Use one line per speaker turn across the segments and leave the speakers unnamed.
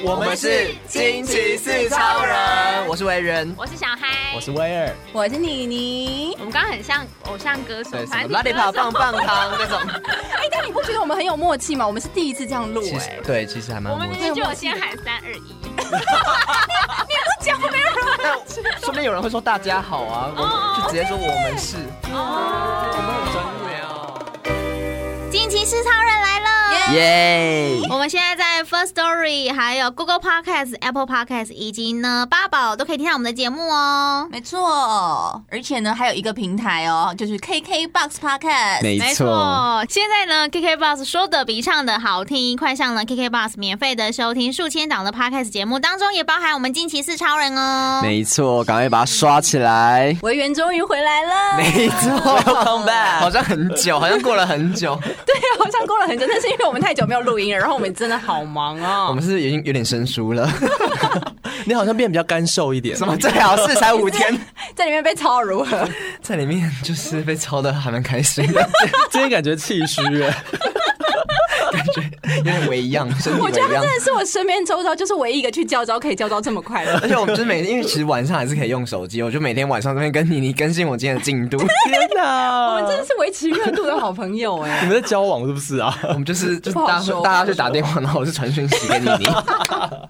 我
我们是惊奇四超人，我是维人，
我是小嗨，
我是威尔，
我是妮妮
我。们刚刚很像偶像歌手
对，，什
反
么
正
拉力跑棒棒糖那种，
哎、但你不觉得我们很有默契吗？我们是第一次这样录、
其
哎
实，对，其实还蛮
我们
默
明
契。
明就有先喊三二一，
但说不定有人会说大家好啊，
哦
我就直接说我们是，
哦，
我们很专业哦。
惊奇是超人来了。
哎
耶！
我们现在在 First Story、还有 Google Podcast、Apple Podcast 以及呢八宝都可以听到我们的节目哦。
没错，而且呢，还有一个平台哦，就是 KKBox Podcast。
没
没
错，
错，现在呢，KKBox 说的比唱的好听，快上了 KKBox 免费的收听数千档的 Podcast 节目，当中也包含我们惊奇四超人哦。
没错，赶快把它刷起来。
维园终于回来了，
没 错，
好像很久，好像过了很 久，
对，好像过了很久，但是因为我们太久没有录音了，然后我们真的好忙
我
哦。
们是已经有点生疏 了。
你好像变比较干瘦一点。
什么最好是才五 天，
在里面被抄如何？
在里面就是被操的还蛮开心的，
今天感觉气虚耶。
感觉有点微 恙，身体
我觉得
微
他
恙
真。的是我身边周遭就是唯一一个去教招可以教招这么快 乐。
而且我们就是每天，因为其实晚上还是可以用手机，我就每天晚上都会跟妮妮更新我今天的进度。
天哪！
我们真的是维持热度的好朋友哎、
你们在交往是不是啊？
我们 就是就是
不好
大家
说
大家去打电话，然后我是传讯息给妮妮。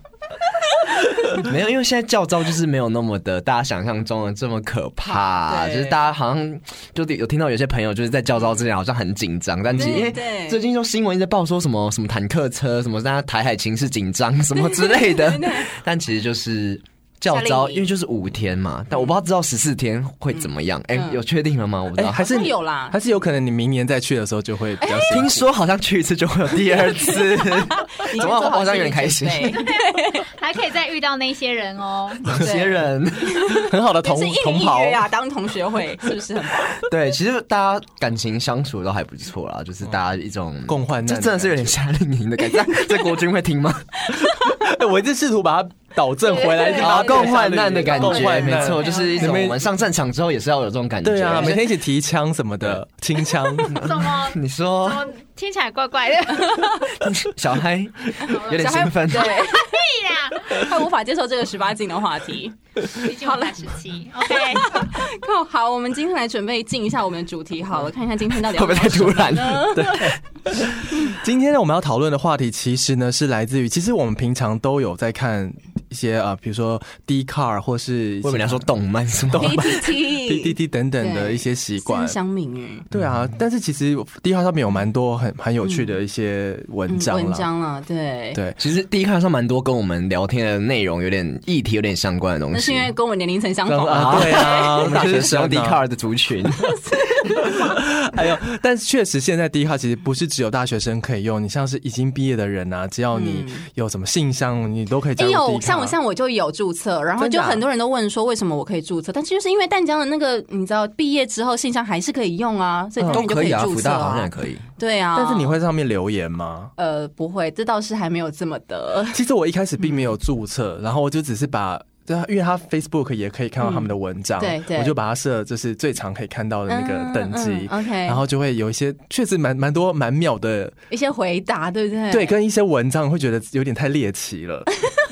没有，因为现在教招就是没有那么的大家想象中的这么可怕，就
对
是大家好像就有听到有些朋友就是在教招之前好像很紧张，但其实
对
因为
对
最近就新闻一直在报说什么什么坦克车，什么大家台海情势紧张什么之类 的，但其实就是。教
夏
招，
令营
因为就是五天嘛，但我不知道知道十四天会怎么样。哎、
嗯
有确定了吗？我不知
哎，
道。
还是
好像
你
有啦
还是有可哎能你明年再去的时候就会比较辛苦。
听说好像去一次就会有第二次，
你
怎么我好像有点开心
还可以再遇到那些人 哦。
有些人
很好的同
是一零
同
一
袍，
约啊，当同学会是不是很棒？
对，其实大家感情相处都还不错啦，就是大家一种
共患难
这真的是有点夏令营的感 觉。这这国军会听吗？
哎我一直试图把它导正回来，一直 把
啊，
它
共患难的感
共
觉，
患
没
难
错，就是一种
你们
我们上战场之后也是要有这种感觉。
对啊，
就是
每天一起提枪什么的，清枪。
怎么
你说
怎么听起来怪怪的？
小嗨有点兴奋，
小孩
对呀，
对，他无法接受这个十八禁的话题。
毕竟我才十 七。OK，
靠，哦好，我们今天来准备进一下我们的主题，好了，看一下今天到底
会不
要
会太突然？
今天呢，我们要讨论的话题其实呢是来自于，其实我们平常都有在看一些呃，比如说 D car 或是
我们俩说动漫什么？
P
P
T
D
T
D 等等的
对
一些习惯
真。乡民
对啊，但是其实 D car 上面有蛮多很很有趣的一些
哎，
文
嗯
章
文
啦。
章了，对。
对，
其实第一看上蛮多跟我们聊天的内容有点议题有点相关的东
那是
西
因。为跟我年龄层相
这样
仿
哦
子
吧。
啊，对 啊，
我
我们
们
大
就是
学
使
生
用
啊
迪卡尔的族群，
还有，但是确实现在 D 卡其实不是只有大学生可以用，你像是已经毕业的人啊，只要你有什么信箱，你都可以加
嗯哎
入 D 卡。
有像我像我就有注册，然后
真的
就
啊
很多人都问说为什么我可以注册，但是就是因为淡江的那个你知道毕业之后信箱还是可以用啊，所以 他
都
们就
可以啊，
注
福
册
大好
嗯
像也可以。
对啊，
但是你会在上面留言吗？
呃不会，这倒是还没有这么的，
其实我一开始并没
嗯
有注册，然后我就只是把。对啊，因为他 Facebook 也可以看到他们的文章，
嗯对对
我就把它设就是最常可以看到的 那个等级，
嗯嗯 OK
然后就会有一些确实蛮蛮多蛮妙的，
一些回答对不对？
对，跟一些文章会觉得有点太猎奇 了，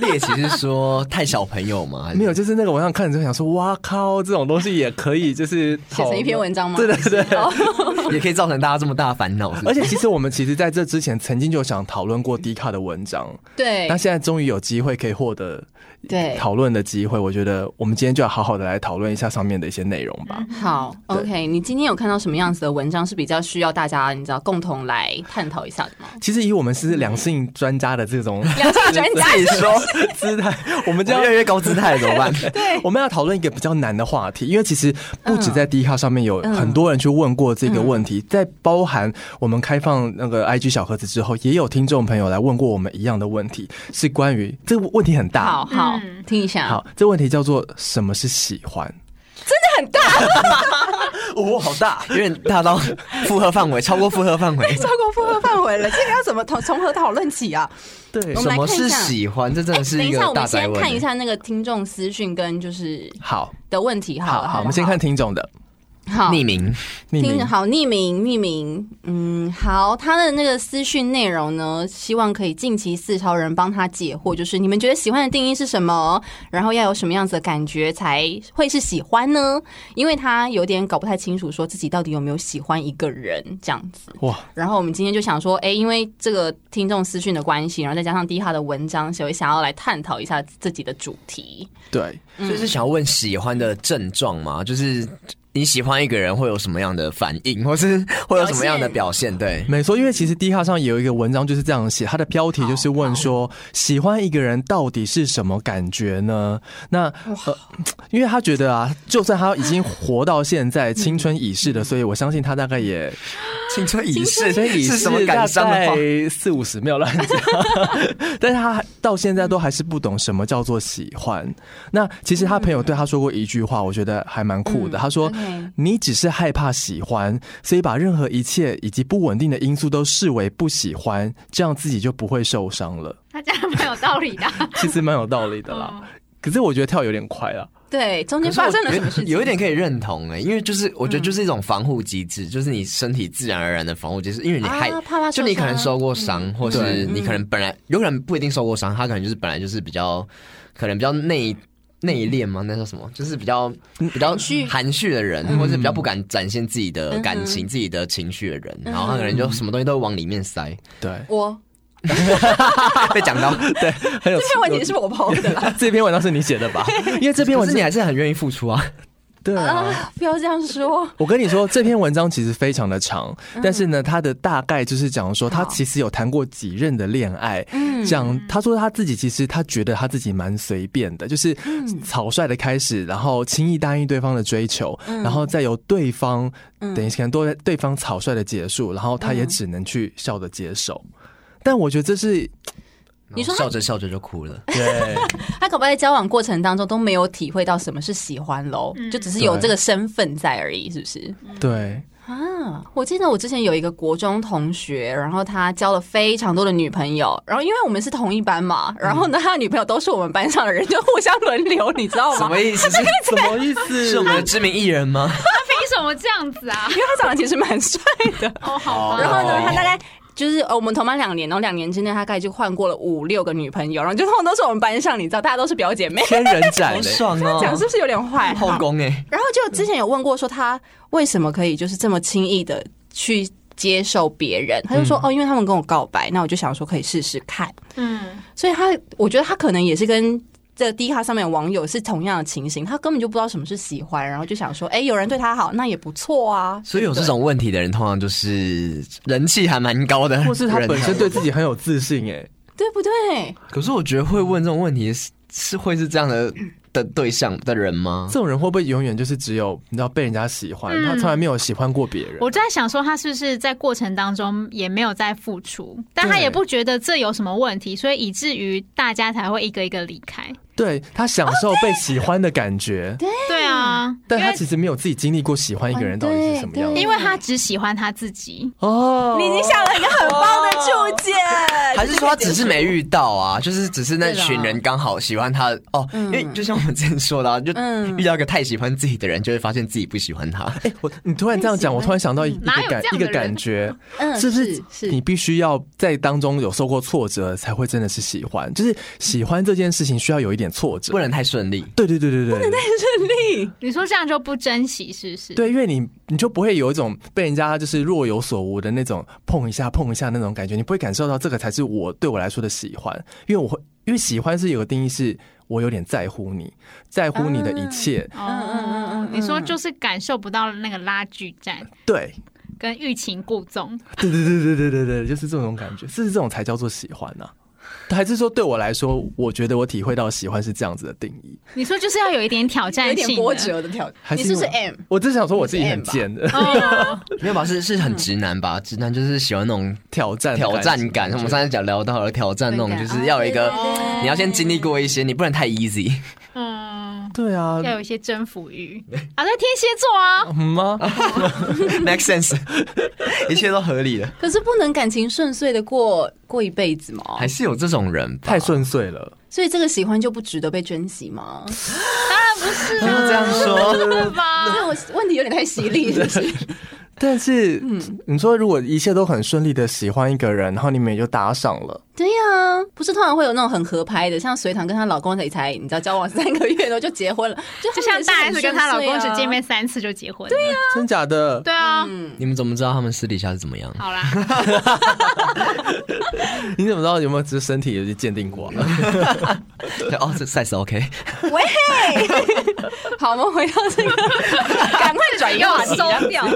猎奇是说太小朋友吗？还是
没有，就是那个文章看了之后想说，哇靠，这种东西也可以，就是
写成一篇文章吗？哦
对对对，
也可以造成大家这么大的烦恼。是不
而
是
且其实我们其实在这之前曾经就想讨论过迪卡的文章，
对
那现在终于有机会可以获得
对
讨论的机会，我觉得我们今天就要好好的来讨论一下上面的一些内容吧。
好
对
，OK，你今天有看到什么样子的文章是比较需要大家你知道共同来探讨一下的 吗？
其实以我们是两性专家的这种
两性 专家
自己说，
姿态，我们就
我
要
越来越高姿态怎么办？
我们要讨论一个比较难的话题，因为其实不止在 D 卡上面有很多人去问过这个问题，在包含我们开放那个 IG 小盒子之后，也有听众朋友来问过我们一样的问题，是关于这个问题很大。
好好
嗯
听一下，
好，这个问题叫做什么是喜欢？
哦，好大，有点大到负荷范围，超过负荷范围。
超过负荷范围了，这个要怎么从从何讨论起啊？
对
我
什
们来
么
看一下
是喜欢？这 真的是
哎等
一
一
个
下，我
大
们
宅
先
问。
看一下那个听众私讯跟就是
好，
的问题好
好
了，
好，我们先看听众的。
好，
匿名，
匿
听
名
好，匿名，匿名，嗯，好，他的那个私讯内容呢，希望可以近期四超人帮他解惑，就是你们觉得喜欢的定义是什么，然后要有什么样子的感觉才会是喜欢呢？因为他有点搞不太清楚，说自己到底有没有喜欢一个人这样子。
哇，
然后我们今天就想说，哎，因为这个听众私讯的关系，然后再加上第一哈的文章，所以想要来探讨一下自己的主题。
对，
嗯
所以是想要问喜欢的症状吗？就是你喜欢一个人会有什么样的反应，或是会有什么样的表现？对，
没错，因为其实 D 卡上也有一个文章就是这样写，它的标题就是问说喜欢一个人到底是什么感觉呢？那呃，因为他觉得啊，就算他已经活到现在青春已逝的，所以我相信他大概也
青春已逝，
所以
是什么感伤的话？
概四五十秒乱讲， 但是他到现在都还是不懂什么叫做喜欢。那其实他朋友对他说过一句话，我觉得还蛮酷的。
嗯
他
哦
说
OK：“
你只是害怕喜欢，所以把任何一切以及不稳定的因素都视为不喜欢，这样自己就不会受伤 了。
他讲的蛮有道理 的。”嗯
其实蛮有道理的
嗯
啦。可是我觉得跳有点快啊了，
对，中
可
间
是我
发
觉
生
得
了什么事情？嗯
有一点可以认同哎、因为就是我觉得就是一种防护机制，就是你身体自然而然的防护机制，因为你害、
啊怕他
就
受
你可能
伤嗯
受过伤，或是
对
你可能本来有可能不一定受过伤，他可能就是本来就是比较可能比较内内敛嘛，那叫什么？就是比较
嗯
比较含蓄的人，或是比较不敢展现自己
嗯
的感情、自己的情绪的人，然后他可能就什么东西都会往里面塞，
对，
我，
被讲 到。
对，很有。
这 篇文题是 我抛的啦。
这篇文章是你写的 吧？因为这篇
可
文
是
章
你还是很愿意付出啊，
对啊。
啊， 不要这样说。
我跟你说，这篇文章其实非常的长，但是呢，他的大概就是讲说，他
嗯好
其实有谈过几任的恋爱。
嗯，
讲他说他自己其实他觉得他自己蛮随便的，就是
嗯
草率的开始，然后轻易答应对方的追求，
嗯
然后再由对方等于可能对对方草率的结束，然后他也只能去笑着接受。
嗯
但我觉得这是
你说他
笑着笑着就哭 了，
对
他恐怕在交往过程当中都没有体会到什么是喜欢喽，就只是有这个身份在而已，是不是？
对，
啊，我记得我之前有一个国中同学，然后他交了非常多的女朋友，然后因为我们是同一班嘛，然后呢，他的女朋友都是我们班上的人，就互相轮 流，你知道
什
吗？
么意思？是
什么意思？
是我们的知名艺人吗？
凭什么这样子啊？
因为他长得其实蛮帅 的，
哦，好吧，
然后呢
哦，
他大概就是呃，我们同班两年，然后两年之内他大概就换过了五六个女朋友，然后就通常都是我们班上，你知道，大家都是表姐妹，
天人斩
好爽哦！
讲是不是有点坏？
后
好
宫
欸
哎，
然后就之前有问过说他为什么可以就是这么轻易的去接受别人，他就说、哦，因为他们跟我告白，那我就想说可以试试看。
嗯，
所以他我觉得他可能也是跟。这 D 卡上面的网友是同样的情形，他根本就不知道什么是喜欢，然后就想说，哎，有人对他好，那也不错啊。
所以有这种问题的人，通常就是人气还蛮高的，
或是他本身。对自己很有自信哎、
对不对？
可是我觉得会问这种问题是是会是这样的的对象的人吗
这？种人会不会永远就是只有你知道被人家喜欢，
嗯
他从来没有喜欢过别人？
我在想说，他是不是在过程当中也没有在付出，但他
对
也不觉得这有什么问题，所以以至于大家才会一个一个离开。
对他享受被喜欢的感觉，
对啊，
但
因
他
为
其实没有自己经历过喜欢一个人到底是什么样
对
子
对
因为他只喜欢他自己，
哦。
你已经想了一个很棒的注解，
哦还是说他只是没遇到啊？就是只是那群人刚好喜欢他哦，因为就像我们之前说的、啊，就
嗯
遇到一个太喜欢自己的人，就会发现自己不喜欢他。
哎、我你突然这样讲，我突然想到一一个
哪有
感
这样
一
的
个
人
感觉，
嗯
是不
是
是
是
你必须要在当中有受过挫折，才会真的是喜欢？就是喜欢这件事情需要有一点挫折
不。能太顺利，
对对对对对，
你说这样就不珍惜，是不是？
对，因为你你就不会有一种被人家就是若有所无的那种碰一下碰一下那种感觉，你不会感受到这个才是我对我来说的喜欢，因为我会因为喜欢是有个定义是。我有点在乎你，在乎你的一切，
哦，
嗯嗯嗯嗯嗯
你说就是感受不到那个拉锯战
对，
跟欲擒故纵，
对对对对对对对，就是这种感觉，是不是这种才叫做喜欢呢、还是说对我来说，我觉得我体会到喜欢是这样子的定义，
你说就是要有一点挑
有
战性
点
的，
波折的挑
还
你啊是不是
因为
M？
我只想说我自己很贱 的
哦，
没有吧？是是很直男吧？直男就是喜欢那种
挑战的
挑战感，我
觉
们上次讲聊到了挑战那种，就是要有一个你要先经历过一些，你不能太 easy。
嗯，
对啊，
要有一些征服欲啊，在天蝎座啊，
嗯吗？
make sense，一切都合理的，
可是不能感情顺遂的过过一辈子
哦
吗
还？是有这种人吧？
太顺遂了。
所以这个喜欢就不值得被珍惜吗？
当然不不是啊
不这样说，
了吧？
这种问题有点太犀利，是不是？
但是，
嗯
你说如果一切都很顺利的喜欢一个人，然后你们也就搭上了，
对呀、不是通常会有那种很合拍的，像隋唐跟她老公才才你知道交往三个月然后就结婚了，就
就像大 S 跟她老公只
只
见，面三次就结婚，对呀，
真假的？
对啊，
嗯，
你们怎么知道他们私底下是怎么样？
好啦，
你怎么知道有没有只是身体有去鉴定过啊、
对哦，这 size OK，
喂，好，我们回到这个，赶快转移话题。
收掉。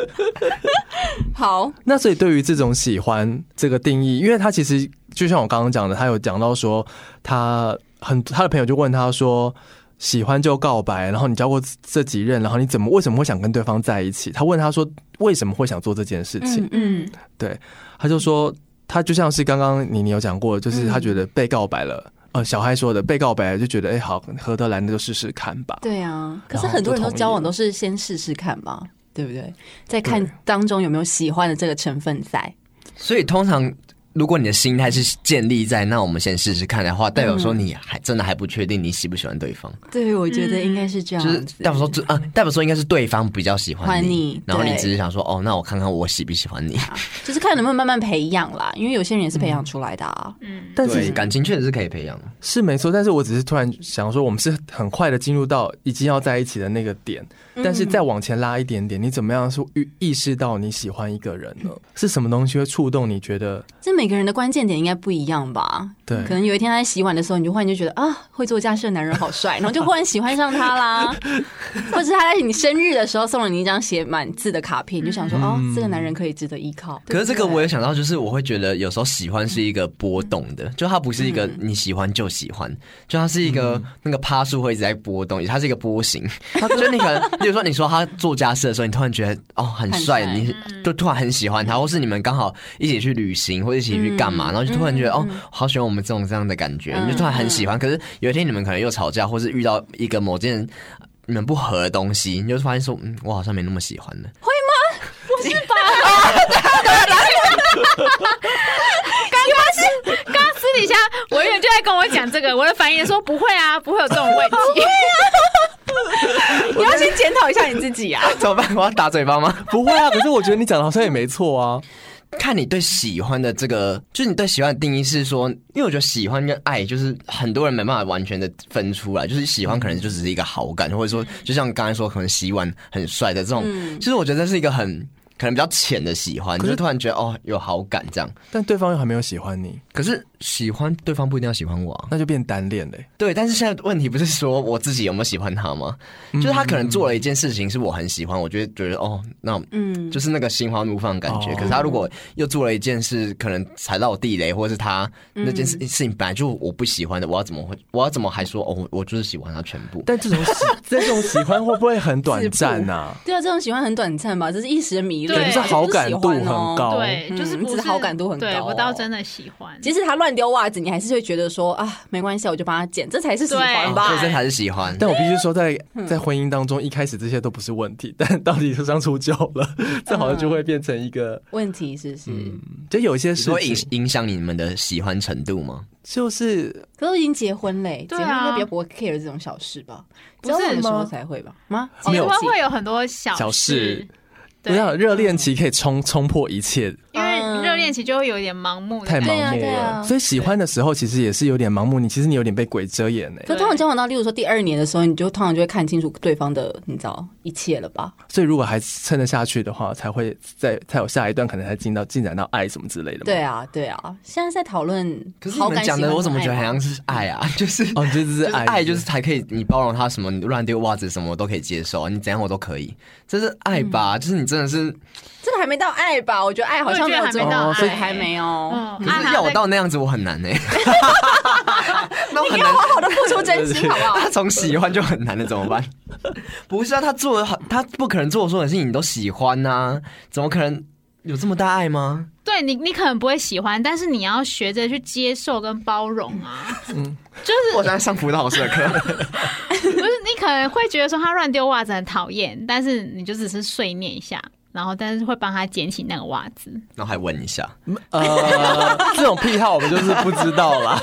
好，
那所以对于这种喜欢这个定义，因为他其实就像我刚刚讲的，他有讲到说，他很他的朋友就问他说。喜欢就告白，然后你交过这几任，然后你怎么为什么会想跟对方在一起？他问他说为什么会想做这件事情，
嗯，
他就说他就像是刚刚你你有讲过，就是他觉得被告白了，呃，小孩说的被告白了就觉得哎、好合得来那就试试看吧。
对啊，可
然
是
后
很多人
就
都
同意
交往
了
都是先试试看嘛，对不对？再看当中有没有喜欢的这个成分在。
所以通常。如果你的心态是建立在那我们先试试看的话，代表说你还真的还不确定你喜不喜欢嗯对方，
对，我觉得应该是这样
就是代表说这啊，代表说应该是对方比较喜欢
欢
你啊
你，
然后你
对
只是想说哦，那我看看我喜不喜欢你。
就是看能不能慢慢培养啦，因为有些人也是培养出来的啊。
嗯，
但
对，
是
感情确实是可以培养的。
是没错，但是我只是突然想说，我们是很快的进入到已经要在一起的那个点，但是再往前拉一点点，你怎么样是意意识到你喜欢一个人呢？是什么东西会触动你觉得？
这每个人的关键点应该不一样吧？
对
可能有一天他在洗碗的时候，你就忽然就觉得啊，会做家事的男人好帅，然后就忽然喜欢上他啦。或者是他在你生日的时候送了你一张写满字的卡片，你就想说、哦，这个男人可以值得依靠。
可是这
对
个
不对
我有想到，就是我会觉得有时候喜欢是一个波动
嗯
的，就它不是一个你喜欢就喜欢，就它是一个那个趴数会一直在波动，它是一个波形。
嗯
就你可能，比如说你说他做家事的时候，你突然觉得哦很
很
帅，
帅嗯
你就突然很喜欢他，或是你们刚好一起去旅行或者一起去干嘛，
嗯
然后就突然觉得哦好喜欢我们这种这样的感觉，你就突然很喜
嗯
欢。可是有一天你们可能又吵架，或是遇到一个某件。你们不合的东西，你就发现说，嗯，我好像没那么喜欢了。
刚刚私底下我有人就在跟我讲这个，我的反应说不会啊，不会有这种问题，
你要先检讨一下你自己啊。
怎么办？我要打嘴巴吗？
不会啊，可是我觉得你讲的好像也没错啊。
看你对喜欢的这个，就是你对喜欢的定义是说，因为我觉得喜欢跟爱就是很多人没办法完全的分出来，就是喜欢可能就只是一个好感，或者说就像刚才说，可能洗碗很帅的这种，其实我觉得这是一个很可能比较浅的喜欢，嗯
可
就是是突然觉得哦有好感这样。
但对方又还没有喜欢你，
可是喜欢对方不一定要喜欢我、啊，
那就变单恋嘞、
对。但是现在问题不是说我自己有没有喜欢他吗？就是他可能做了一件事情是我很喜欢，我就会觉得哦，那
嗯，
就是那个心花怒放的感觉。
哦
可是他如果又做了一件事，可能踩到我地雷，或者是他那件事事情本来就我不喜欢的，我要怎么会？我要怎么还说哦，我我就是喜欢他全部？
但这种喜 这种喜欢会不会很短暂啊？
对啊，这种喜欢很短暂吧，这是一时的迷
对
恋，
就是
好感
喜
度
欢
很
哦
高
对，就是
嗯
不
只是好感度很高
对
哦
我倒真的喜欢，
即使他乱丢袜子，你还是会觉得说啊，没关系，我就帮他捡，这才是喜欢
对
啊所以
吧
这？才是喜欢。
但我必须说在，在婚姻当中，一开始这些都不是问题，但到底就相处久了， 这好像就会变成一个，
问题是不是？
嗯
就有一些
你
事
说影
情
影响你们的喜欢程度吗？
就是
可是我已经结婚嘞，结
对
婚
啊
应该比较不会 care 这种小事吧？
不
交往
是
的时候
吗
才会吧？吗？
没
结
有
婚会有很多小
小事
事，
我
对，
想热恋期可以冲冲破一切，
因
嗯
为热恋期就会有一点盲目的
太
感觉，
对啊
盲目
对啊
了。所以喜欢的时候其实也是有点盲目，你其实你有点被鬼遮眼哎。
可通常交往到，例如说第二年的时候，你就通常就会看清楚对方的，你知道一切了吧？
所以如果还撑得下去的话，才会再才有下一段，可能才进到进展到爱什么之类的嘛。
对啊，对啊。现在在讨论
可是你
好
们
感，
讲
喜
的，
欢
我怎么
和
觉得好
爱吗
像是爱啊？就是
哦，你觉得这
就是是
爱，
爱，就是才可以，你包容他什么，你乱丢袜子什么我都可以接受，你怎样我都可以，这是爱吧？
嗯
就是你真的是，
这个还没到爱吧？我觉得爱好像没有
我也觉
这
得还没到
么
爱
对，还没哦。
嗯，
可
啊
是要我到那样子我很 难哎、那我很
你要
难
好好的付出真心，好不 好？
他从喜欢就很难了，怎么办？ 不是啊，他做的很，他不可能做的所有事情你都喜欢呐、怎么可能有这么大爱吗？
对你，你可能不会喜欢，但是你要学着去接受跟包容啊。就是
我想上辅导社课，
不是你可能会觉得说他乱丢袜子很讨厌，但是你就只是碎念一下，然后但是会帮他捡起那个袜子。
然后还问一下，
呃，这种癖好我们就是不知道啦。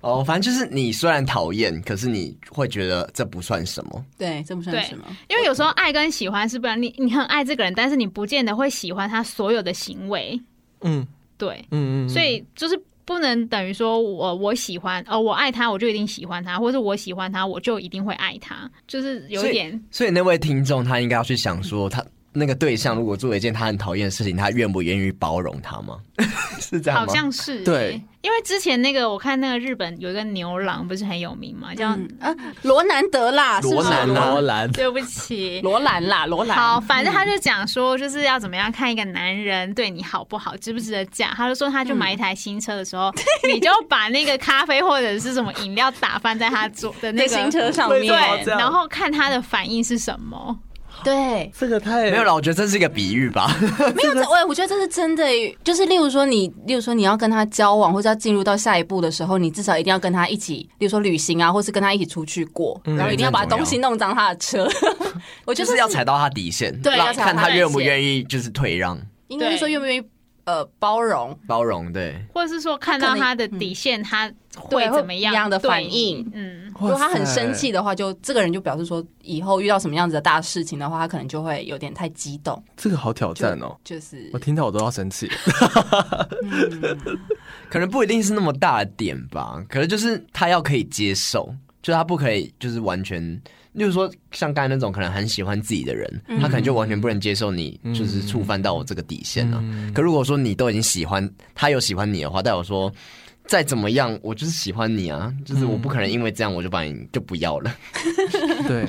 哦，反正就是你虽然讨厌，可是你会觉得这不算什么。
对，这不算
对
什么。
因为有时候爱跟喜欢是不然，你你很爱这个人，但是你不见得会喜欢他所有的行为。
嗯
对，
嗯嗯，
所以就是不能等于说我我喜欢哦，我爱他我就一定喜欢他，或者我喜欢他我就一定会爱他，就是有一点
所以那位听众他应该要去想说，他那个对象如果做一件他很讨厌的事情，他愿不愿意包容他吗？ 是这样
好
吗？
像是、
对，
因为之前那个我看那个日本有一个牛郎不是很有名嘛，叫、
嗯啊，罗南德啦，是不
罗
是
南啊
罗兰，
对不起。
罗兰啦，罗兰。
好，反正他就讲说，就是要怎么样看一个男人对你好不好，值不值得嫁。他就说，他就
嗯
买一台新车的时候， 你就把那个咖啡或者是什么饮料打翻在他桌的那
在
个
新车上
为什么
面，
这样
然后看他的反应是什么。
对，
这个太
没有了，我觉得这是一个比喻吧。
没有这，我我觉得这是真的耶，就是例如说你，例如说你要跟他交往或者要进入到下一步的时候，你至少一定要跟他一起，例如说旅行啊，或是跟他一起出去过，
嗯
然后一定要把东西弄脏他的车。 我觉
就是
得
要踩到他底线，
对
让
要踩到
看
他
他
底
愿不
线
愿意就是退让、
应该是说愿不愿意呃包容，
包容。对，
或者是说看到他的底线，他会
嗯对会
怎么样
一样的
对
反
你
应
嗯，
哇
如果他很
塞
生气的话，就这个人就表示说，以后遇到什么样子的大事情的话，他可能就会有点太激动，
这个好挑战哦。
就是
我听到我都要生气，
可能不一定是那么大的点吧，可能就是他要可以接受，就他不可以就是完全，例如说像刚才那种可能很喜欢自己的人，他可能就完全不能接受你就是触犯到我这个底线啊。可如果说你都已经喜欢他有喜欢你的话，代表说。再怎么样，我就是喜欢你啊！就是我不可能因为这样我就把你就不要了。
嗯
对，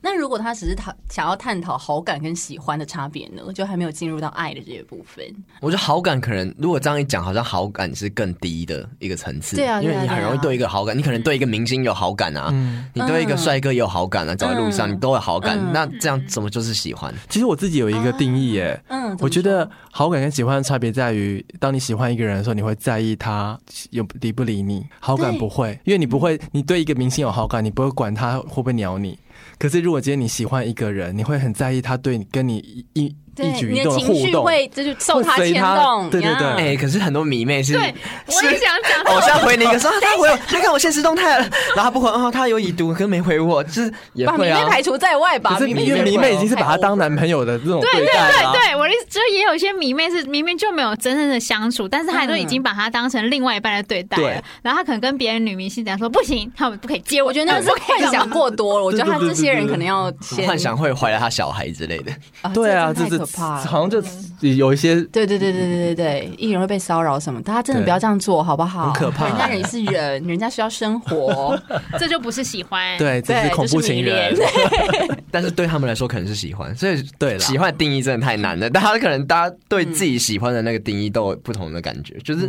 那如果他只是讨想要探讨好感跟喜欢的差别呢，就还没有进入到爱的这一部分。
我觉得好感可能，如果这样一讲，好像好感是更低的一个层次。
对啊
因为
对啊
你很
对啊
容易对一个好感，你可能对一个明星有好感啊，你对一个帅哥有好感啊，走在路上
嗯
你都有好感，
嗯
那这样怎么就是喜欢？
其实我自己有一个定义耶，
嗯，
我觉得好感跟喜欢的差别在于，当你喜欢一个人的时候，你会在意他有理不理你；好感
对
不会，因为你不会，你对一个明星有好感，你不会管他会不会鸟你。可是如果今天你喜欢一个人，你会很在意他对你跟你一一
对
一举
你
一
的
动的
情
互
绪
动。
会这就受
会随
牵
他
动，
对对
呀
对
哎、可是很多迷妹是
对，我也想讲
偶像回你一个说啊他回
哎
我，他看我现实动态了，然后他不回，哦，他有已读，可是没回我，就是也
把迷
会啊
妹。排除在外吧。
可是
迷妹
因为迷妹已经是把他当男
友，
朋友的这种
对对
待啊，
对对，我的意思就是也有一些迷妹是明明就没有真正的相处，但是他都已经把他当成另外一半来对待了
嗯对。
然后他可能跟别人女明星讲说不行，他们不可以接我，
我觉得那个是
不可以干
幻
嘛
想。过多 了。我觉得他这些人可能要
什么
先
幻想会怀了他小孩之类的，
啊
对啊，
这
这是
真的太可怕了。
好像就有一些
对对对对对对对，艺人会被骚扰什么？大家真的不要这样做，好不好？
很可怕
人家人是人，人家需要 生活。
这就不是喜欢。
对，这
对
是恐怖情人
就，
但是对他们来说可能是喜欢，所以
对啦
喜欢的定义真的太难了。大家可能大家对自己喜欢的那个定义都有不同的感觉，就是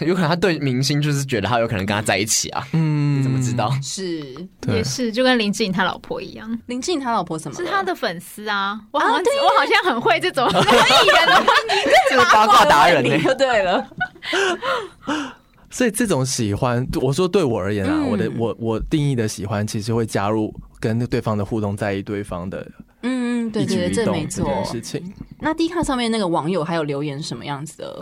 有可能他对明星就是觉得他有可能跟他在一起啊，
嗯，
你怎么知？道？
是
对
也是就跟林志颖他老婆一样，
林志颖他老婆什么了？
是他的粉丝啊。我好
啊
哦
像
对
我好像很会这 种艺人啊的
这个八卦达人呢、
你就对了。
所以这种喜欢，我说对我而言啊，
嗯
我的我我定义的喜欢，其实会加入跟对方的互动，在意对方的
嗯，对
一举
对对，
一
这没
动这
错。
件事情。
那 D 卡上面那个网友还有留言什么样子的？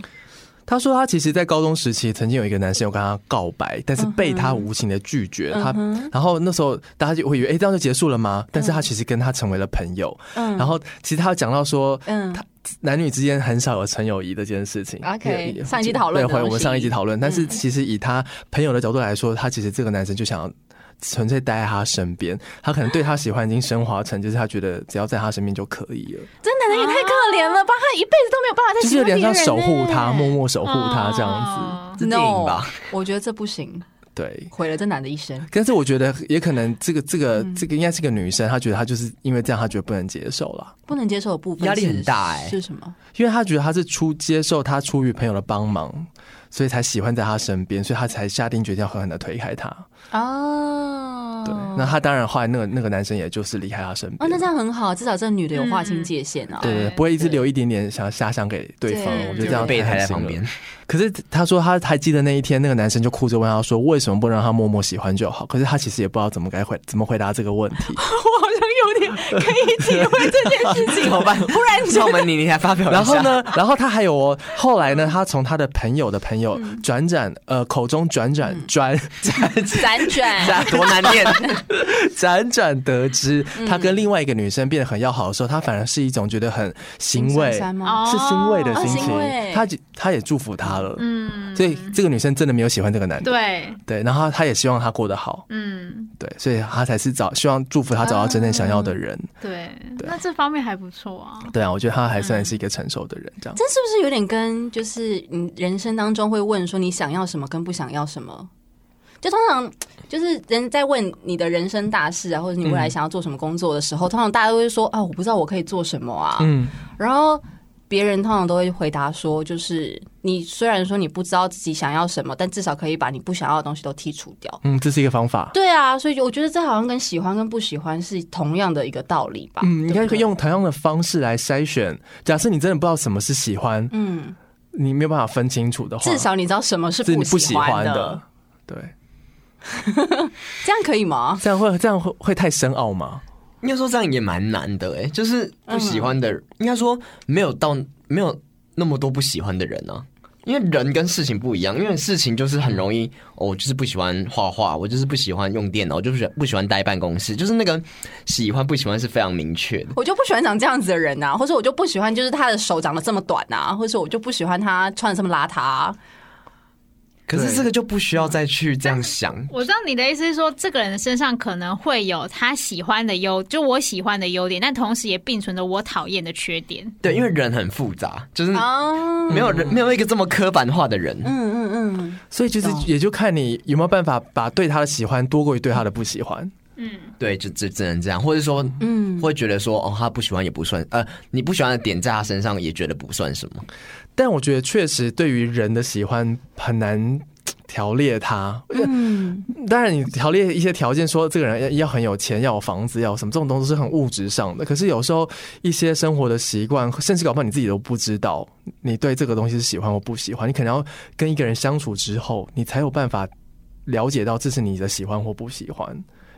他说他其实，在高中时期曾经有一个男生有跟他告白，但是被他无情的拒绝。
嗯
他
哼，
然后那时候大家就会以为，哎、这样就结束了吗？但是他其实跟他成为了朋友。
嗯
然后其实他有讲到说，
嗯
他男女之间很少有纯友谊这件事情。
OK，
也也
上一集讨论的
对，回我
东
们
西嗯
上一集讨论。但是其实以他朋友的角度来说，他其实这个男生就想要。纯粹待在他身边，他可能对他喜欢已经升华成，就是他觉得只要在他身边就可以了，
这男的也太可怜了吧，他一辈子都没有办法再
就是
喜
有
欢别
点像
人呢
守护他，默默守护他这
欸哦
样子。
哦
是电影吧
No，我觉得这不行，
对，
毁了这男的一生。
但是我觉得也可能这个这个
嗯
这个应该是个女生，她觉得她就是因为这样，她觉得不能接受啦，
不能接受的部分
压力
是
很大欸
是什么？
因为她觉得她是出接受她出于朋友的帮忙，所以才喜欢在她身边，所以她才下定决定要狠狠的推开他。
哦，
对，那他当然后来那个那个男生也就是离开他身边。
哦，那这样很好，至少这女的有划清界限啊。
对对，对不会一直留一点点想要遐想给对方，
对
我觉得这样
备
太
胎在
开心
旁
了
边。
可是他说他还记得那一天，那个男生就哭着问他说：“为什么不让他默默喜欢就好？”可是他其实也不知道怎么该回怎么回答这个问 题。
我好像有点可以体会这件事情，
怎么办？
忽然
那我们你你来发表一下。
然后？ 呢，然后他还有哦，后来呢，他从他的朋友的朋友转转呃口中转转
嗯
转 嗯
辗转，
啊，多难念！
辗转得知，
嗯
他跟另外一个女生变得很要好的时候，他反而是一种觉得很欣慰，
山
哦
吗？
是欣慰的
哦
心情
欣慰。
他就他也祝福他了，
嗯，
所以这个女生真的没有喜欢这个男的，
对，
对，然后他也希望他过得好，
嗯，
对，所以他才是找希望祝福他找到真正想要的人。
对，
对
那这方面还不错啊。
对啊，我觉得他还算是一个成熟的人，这样。
这是不是有点跟就是你人生当中会问说你想要什么跟不想要什么？就通常就是人在问你的人生大事啊，或者你未来想要做什么工作的时候，通常大家都会说啊，我不知道我可以做什么啊。
嗯，
然后别人通常都会回答说，就是你虽然说你不知道自己想要什么，但至少可以把你不想要的东西都剔除掉。
嗯，这是一个方法。
对啊，所以就我觉得这好像跟喜欢跟不喜欢是同样的一个道理吧。
嗯，你
对
看
不
可
对啊
以用同样的方式来筛选。假设你真的不知道什么是喜欢，
嗯，
你没有办法分清楚的话，
至少你知道什么是
是你不喜
喜
欢
的
的，。对，
这样可以吗？
这样会这样会会太深奥吗？
应该说这样也蛮难的哎、就是不喜欢的，应该说没有到没有那么多不喜欢的人啊。因为人跟事情不一样，因为事情就是很容易，哦，我就是不喜欢画画，我就是不喜欢用电脑，我就是不喜欢待办公室，就是那个喜欢不喜欢是非常明确的。
我就不喜欢长这样子的人呐、啊，或者我就不喜欢就是他的手长得这么短呐、啊，或者我就不喜欢他穿的这么邋遢、啊。
可是这个就不需要再去这样想，
我知道你的意思是说，这个人身上可能会有他喜欢的优，就我喜欢的优点，但同时也并存着我讨厌的缺点。
对，因为人很复杂，就是
嗯
没有人没有一个这么刻板化的人。
嗯嗯，
所以就是
懂
也就看你有没有办法把对他的喜欢多过于对他的不喜欢。
嗯，
对，就只只能这样，或者说，嗯，会觉得说，哦，他不喜欢也不算，呃，你不喜欢的点在他身上也觉得不算什么，
但我觉得确实对于人的喜欢很难条列它。呃
嗯，
当然，你条列一些条件，说这个人要要很有钱，要有房子，要有什么，这种东西是很物质上的。可是有时候一些生活的习惯，甚至搞不好你自己都不知道，你对这个东西是喜欢或不喜欢。你可能要跟一个人相处之后，你才有办法了解到这是你的喜欢或不喜欢。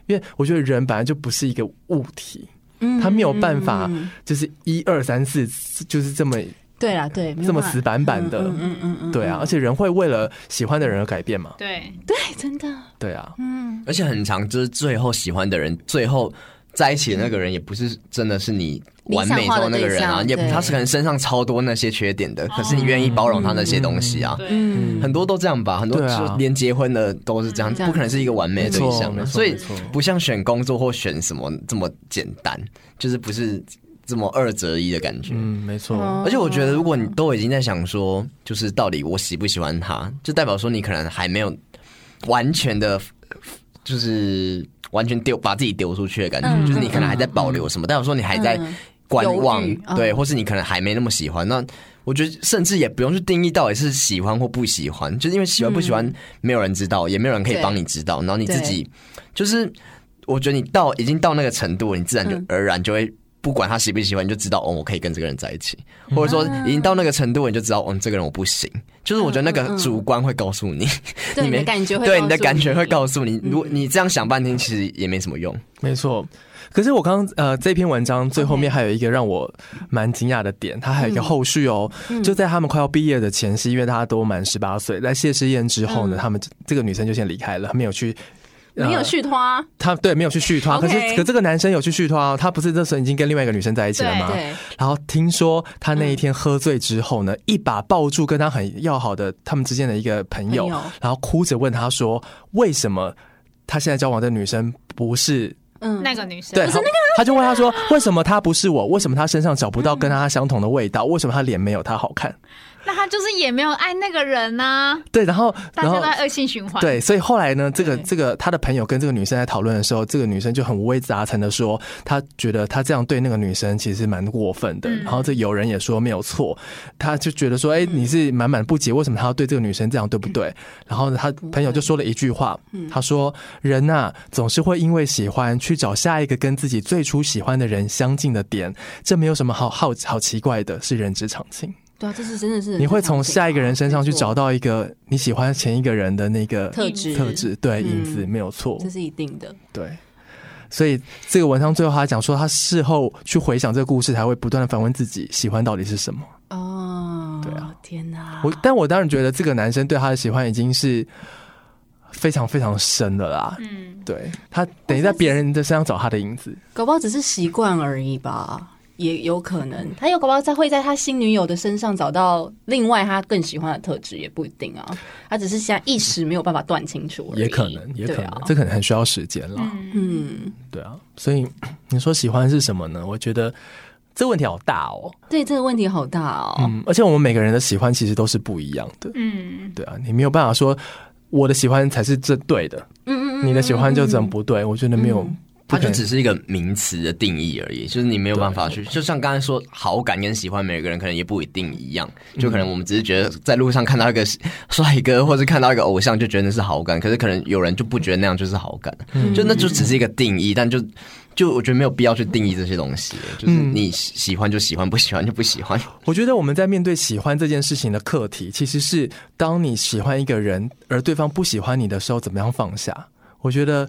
因为我觉得人本来就不是一个物体，
嗯
他没有办法
嗯嗯嗯
就是一二三四，就是这么
对啦，对，没有
这么
办法
死板板的。
啊嗯嗯嗯嗯，
对啊，而且人会为了喜欢的人而改变嘛。
对，
对，哎真的，
对啊，
嗯，
而且很长，就是最后喜欢的人，最后在一起的那个人也不是真的是你完美中的那个人啊，
理想化的对
也
象对
他是可能身上超多那些缺点的，可是你愿意包容他那些东西啊。
对，
嗯
很多都这样吧，很多
对啊
就连结婚的都是这样，
这样
不可能是一个完美的对
没错
象
没
啊，
错
所以
没错
不像选工作或选什么这么简单，就是不是这么二择一的感觉。
嗯，没错。
哦
而且我觉得，如果你都已经在想说，就是到底我喜不喜欢他，就代表说你可能还没有完全的，就是完全丢把自己丢出去的感觉，
嗯
就是你可能还在保留什么，代表说你还在
嗯
观望，
犹豫嗯
对，或是你可能还没那么喜欢。那我觉得，甚至也不用去定义到底是喜欢或不喜欢，就是因为喜欢不喜欢，没有人知道，也没有人可以
对
帮你知道，然后你自己就是。我觉得你到已经到那个程度，你自然就而然就会不管他喜不喜欢，你就知道哦，我可以跟这个人在一起，或者说已经到那个程度，你就知道哦，这个人我不行。就是我觉得那
嗯嗯
个
嗯
主观会告 诉你，你
对你
没
的感觉会告诉
对你的感觉会告诉你。如果你这样想半天，其实也没什么用。
没错，可是我刚刚呃这篇文章最后面还有一个让我蛮惊讶的点，它还有一个后续哦，就在他们快要毕业的前夕，因为大家都满十八岁，在谢师宴之后呢，他们这个女生就先离开了，她没有去。呃
没有续托啊，
她对没有去续托，可
OK
是可这个男生有去续托啊，他不是这时候已经跟另外一个女生在一起了吗？
对，
然后听说他那一天喝醉之后呢，一把抱住跟他很要好的他们之间的一个朋友，
朋友
然后哭着问他说：“为什么他现在交往的女生不是
嗯，
那个女生，
对
不是那个
他就问他说：“为什么他不是我？为什么他身上找不到跟他相同的味道？为什么他脸没有他好看
那他就是也没有爱那个人呐、？”
对，然后
大
然
家都
后
在恶性循环。，
对，所以后来呢，这个
对
这个他的朋友跟这个女生在讨论的时候，这个女生就很五味杂陈的说，她觉得她这样对那个女生其实蛮过分的。
嗯
然后这友人也说没有错，她就觉得说，哎、你是满满不解，为什么她要对这个女生这样，对不对？然后呢，她朋友就说了一句话，她说：“人呐、总是会因为喜欢去找下一个跟自己最初喜欢的人相近的点，这没有什么好好好奇怪的，是人之常情。”
对啊，这是真的是
你会从下一个人身上去找
到
到一个你喜欢前一个人的那个
特质
特质，对
嗯
影子没有错
这，是一定的。
对。所以这个文章最后他讲说，他事后去回想这个故事，才会不断的反问自己喜欢到底是什么。
哦，
对啊，
天哪！
我，但我当然觉得这个男生对他的喜欢已经是非常非常深的啦。
嗯，
对他等于在别人的身上找他的影子，
搞不好只是习惯而已吧，也有可能。他有搞不好在会在他新女友的身上找到另外他更喜欢的特质，也不一定啊。他只是现在一时没有办法断清楚而已，
也可能，也可
对
能
啊，
这可能很需要时间啦。
嗯，
对啊，所以你说喜欢是什么呢？我觉得这问题好大哦。
对这个问题好大哦。
嗯，而且我们每个人的喜欢其实都是不一样的，
嗯，
对啊，你没有办法说我的喜欢才是正对的，
嗯
你的喜欢就真不对，我觉得没有，不
它
可能
就只是一个名词的定义而已，就是你没有办法去，就像刚才说，好感跟喜欢，每个人可能也不一定一样，
嗯
就可能我们只是觉得在路上看到一个 帅哥，或是看到一个偶像，就觉得那是好感，可是可能有人就不觉得那样就是好感，
嗯
就那就只是一个定义，但就。就我觉得没有必要去定义这些东西，就是你喜喜欢就喜欢，不喜欢就不喜欢。
我觉得我们在嗯面对喜欢这件事情的课题，其实是当你喜欢一个人，而对方不喜欢你的时候，怎么样放下？我觉得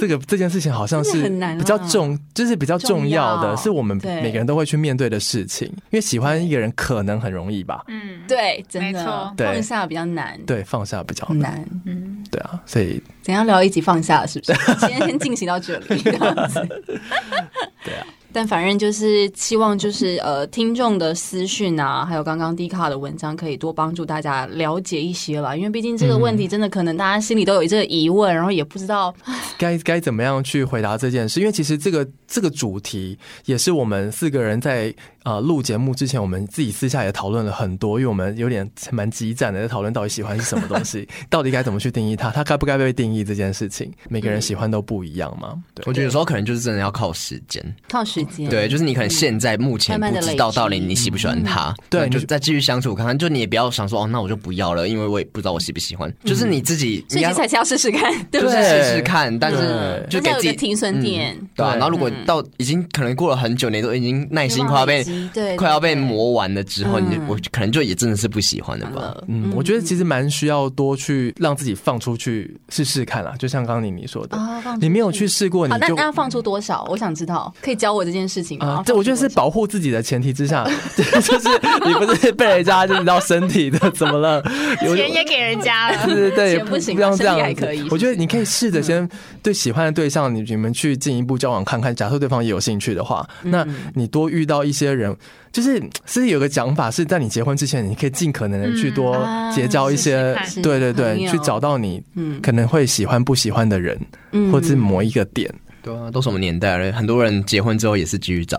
这个这件事情好像
真
是
的很难啊
比较重，就是比较重要
重
的，
要
是我们
对
每个人都会去面对的事情。因为喜欢一个人可能很容易吧，
嗯，
对，真
没
的
错
对
放下比较难，
对，放下比较
很
难，
难。
嗯，
对啊，所以
怎样聊一集放下是不 是？今天先进行到这里，这样子。
对啊。
但反正就是希望，就是呃，听众的私讯啊，还有刚刚 D 卡的文章，可以多帮助大家了解一些啦。因为毕竟这个问
嗯
题真的可能大家心里都有这个疑问，然后也不知道
该该怎么样去回答这件事？因为其实这个这个主题也是我们四个人在呃录节目之前，我们自己私下也讨论了很多，因为我们有点蛮激战的，在讨论到底喜欢是什么东西，到底该怎么去定义它，它该不该被定义这件事情，每个人喜欢都不一样嘛。对
我觉得有时候可能就是真的要靠时间，
靠时间。
对，就是你可能现在目前
嗯慢
不
慢地
知道
累积嗯
到底你喜不喜欢他，
嗯对
那就
你就
再继续相处看看。就你也不要想说哦，那我就不要了，因为我也不知道我喜不喜欢。就是你自己
嗯所
应
以
该
你才是要试试看，对不
就
对？
是试试看，但
对
是呃就
大
给
家有
自
一个
己
停损点，
对啊。
对
然后如果到已经可能过了很久，你都已经耐心快要被
就忘记对
快要被
对对
磨完了之后，
嗯
你就我可能就也真的是不喜欢了
完
吧。
了。
嗯，我觉得其实蛮需要多去让自己放出去试试看啦，就像刚刚你你说的，
啊放出
你没有去试过，你
好，那
就
那要放出多少？我想知道，可以教我这件事情
啊
呃
吗？，
这我觉得是保护自己的前提之下， 就是你不是被人家就是到身体的怎么 了，有
钱也给人家了，
对对对，也
钱不行啊
用这样
身体还
子
可以
我觉得你可以试
嗯
着先对喜欢的对象，你你们去进一步交往看看。假设对方也有兴趣的话，
嗯
那你多遇到一些人，就是是不是有个讲法是在你结婚之前，你可以尽可能的去多
啊
结交一些，
试试
看
对对对
朋，友
去找到你
嗯
可能会喜欢不喜欢的人，
嗯
或是某一个点。
对啊，都什么年代了，很多人结婚之后也是继 续找。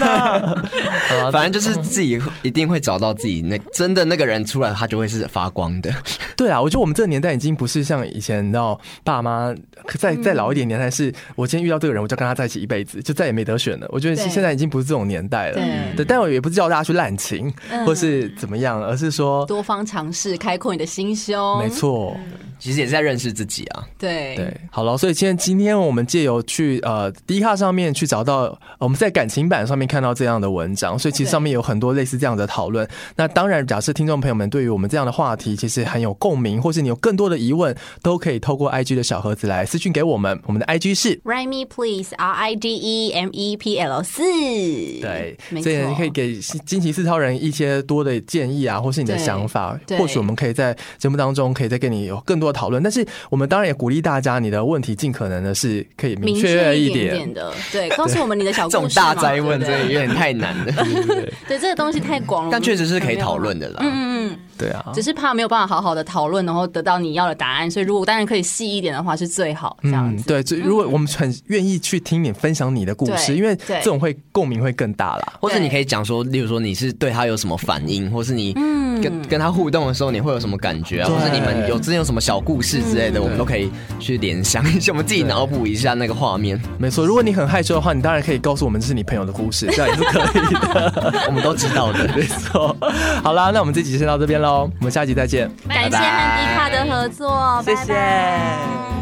啊
反正就是自己一定会找到自己那真的那个人出来，他就会是发光的。
对啊，我觉得我们这个年代已经不是像以前，你知道，爸妈再
嗯
再老一点年代是，我今天遇到这个人，我就跟他在一起一辈子，就再也没得选了。我觉得
对
现在已经不是这种年代了。
对
对，但我也不是叫大家去滥情
嗯
或是怎么样，而是说，
多方尝试，开阔你的心胸。
没，
嗯
错，
其实也是在认识自己啊。
对
对，好了，所以今天今天我们借由去呃 D 卡上面去找到，呃我们在感情版上面看到这样的文章，所以其实
对
上面有很多类似这样的讨论。那当然，假设听众朋友们对于我们这样的话题其实很有共鸣，或是你有更多的疑问，都可以透过 IG 的小盒子来私讯给我们，我们的 IG 是。
Ride me please, R I D E M E P L 四。
对，
没
所以
错
你可以给惊奇四超人一些多的建议啊，或是你的
对
想法，
对
或许我们可以在节目当中可以再跟你有更多的讨论。但是我们当然也鼓励大家，你的问题尽可能的是可以明
明
确
确
一
一
点。
点点的，对，告诉我们你的小
这
哦故事
种
嘛
大灾问，
对
真的
不
有
对
点太难了，
对这个东西太广了，
但确
实，
实是可以讨论的啦。
嗯，
对啊，
只是怕没有办法好好的讨论，然后得到你要的答案。所以如果当然可以细一点的话是最好，这样
嗯，
子。
对，就如果我们很愿意去听你分享你的故事，
对
因为
对
这种会共鸣会更大啦。
或者你可以讲说，例如说你是对他有什么反应，或是你
嗯
跟跟他互动的时候你会有什么感觉啊，
对
或是你们有之前有什么小故事之类
嗯
的，我们都可以去联想一下，我们自己脑补一下那个画面，
没错，如果你很害羞的话，你当然可以告诉我们这是你朋友的故事，这样也是可以的。
我们都知道的。
没错， 好啦，那我们这集先到这边喽，我们下集再见。
嗯
感谢
拜拜
很迪卡的合
合作，拜拜。
谢谢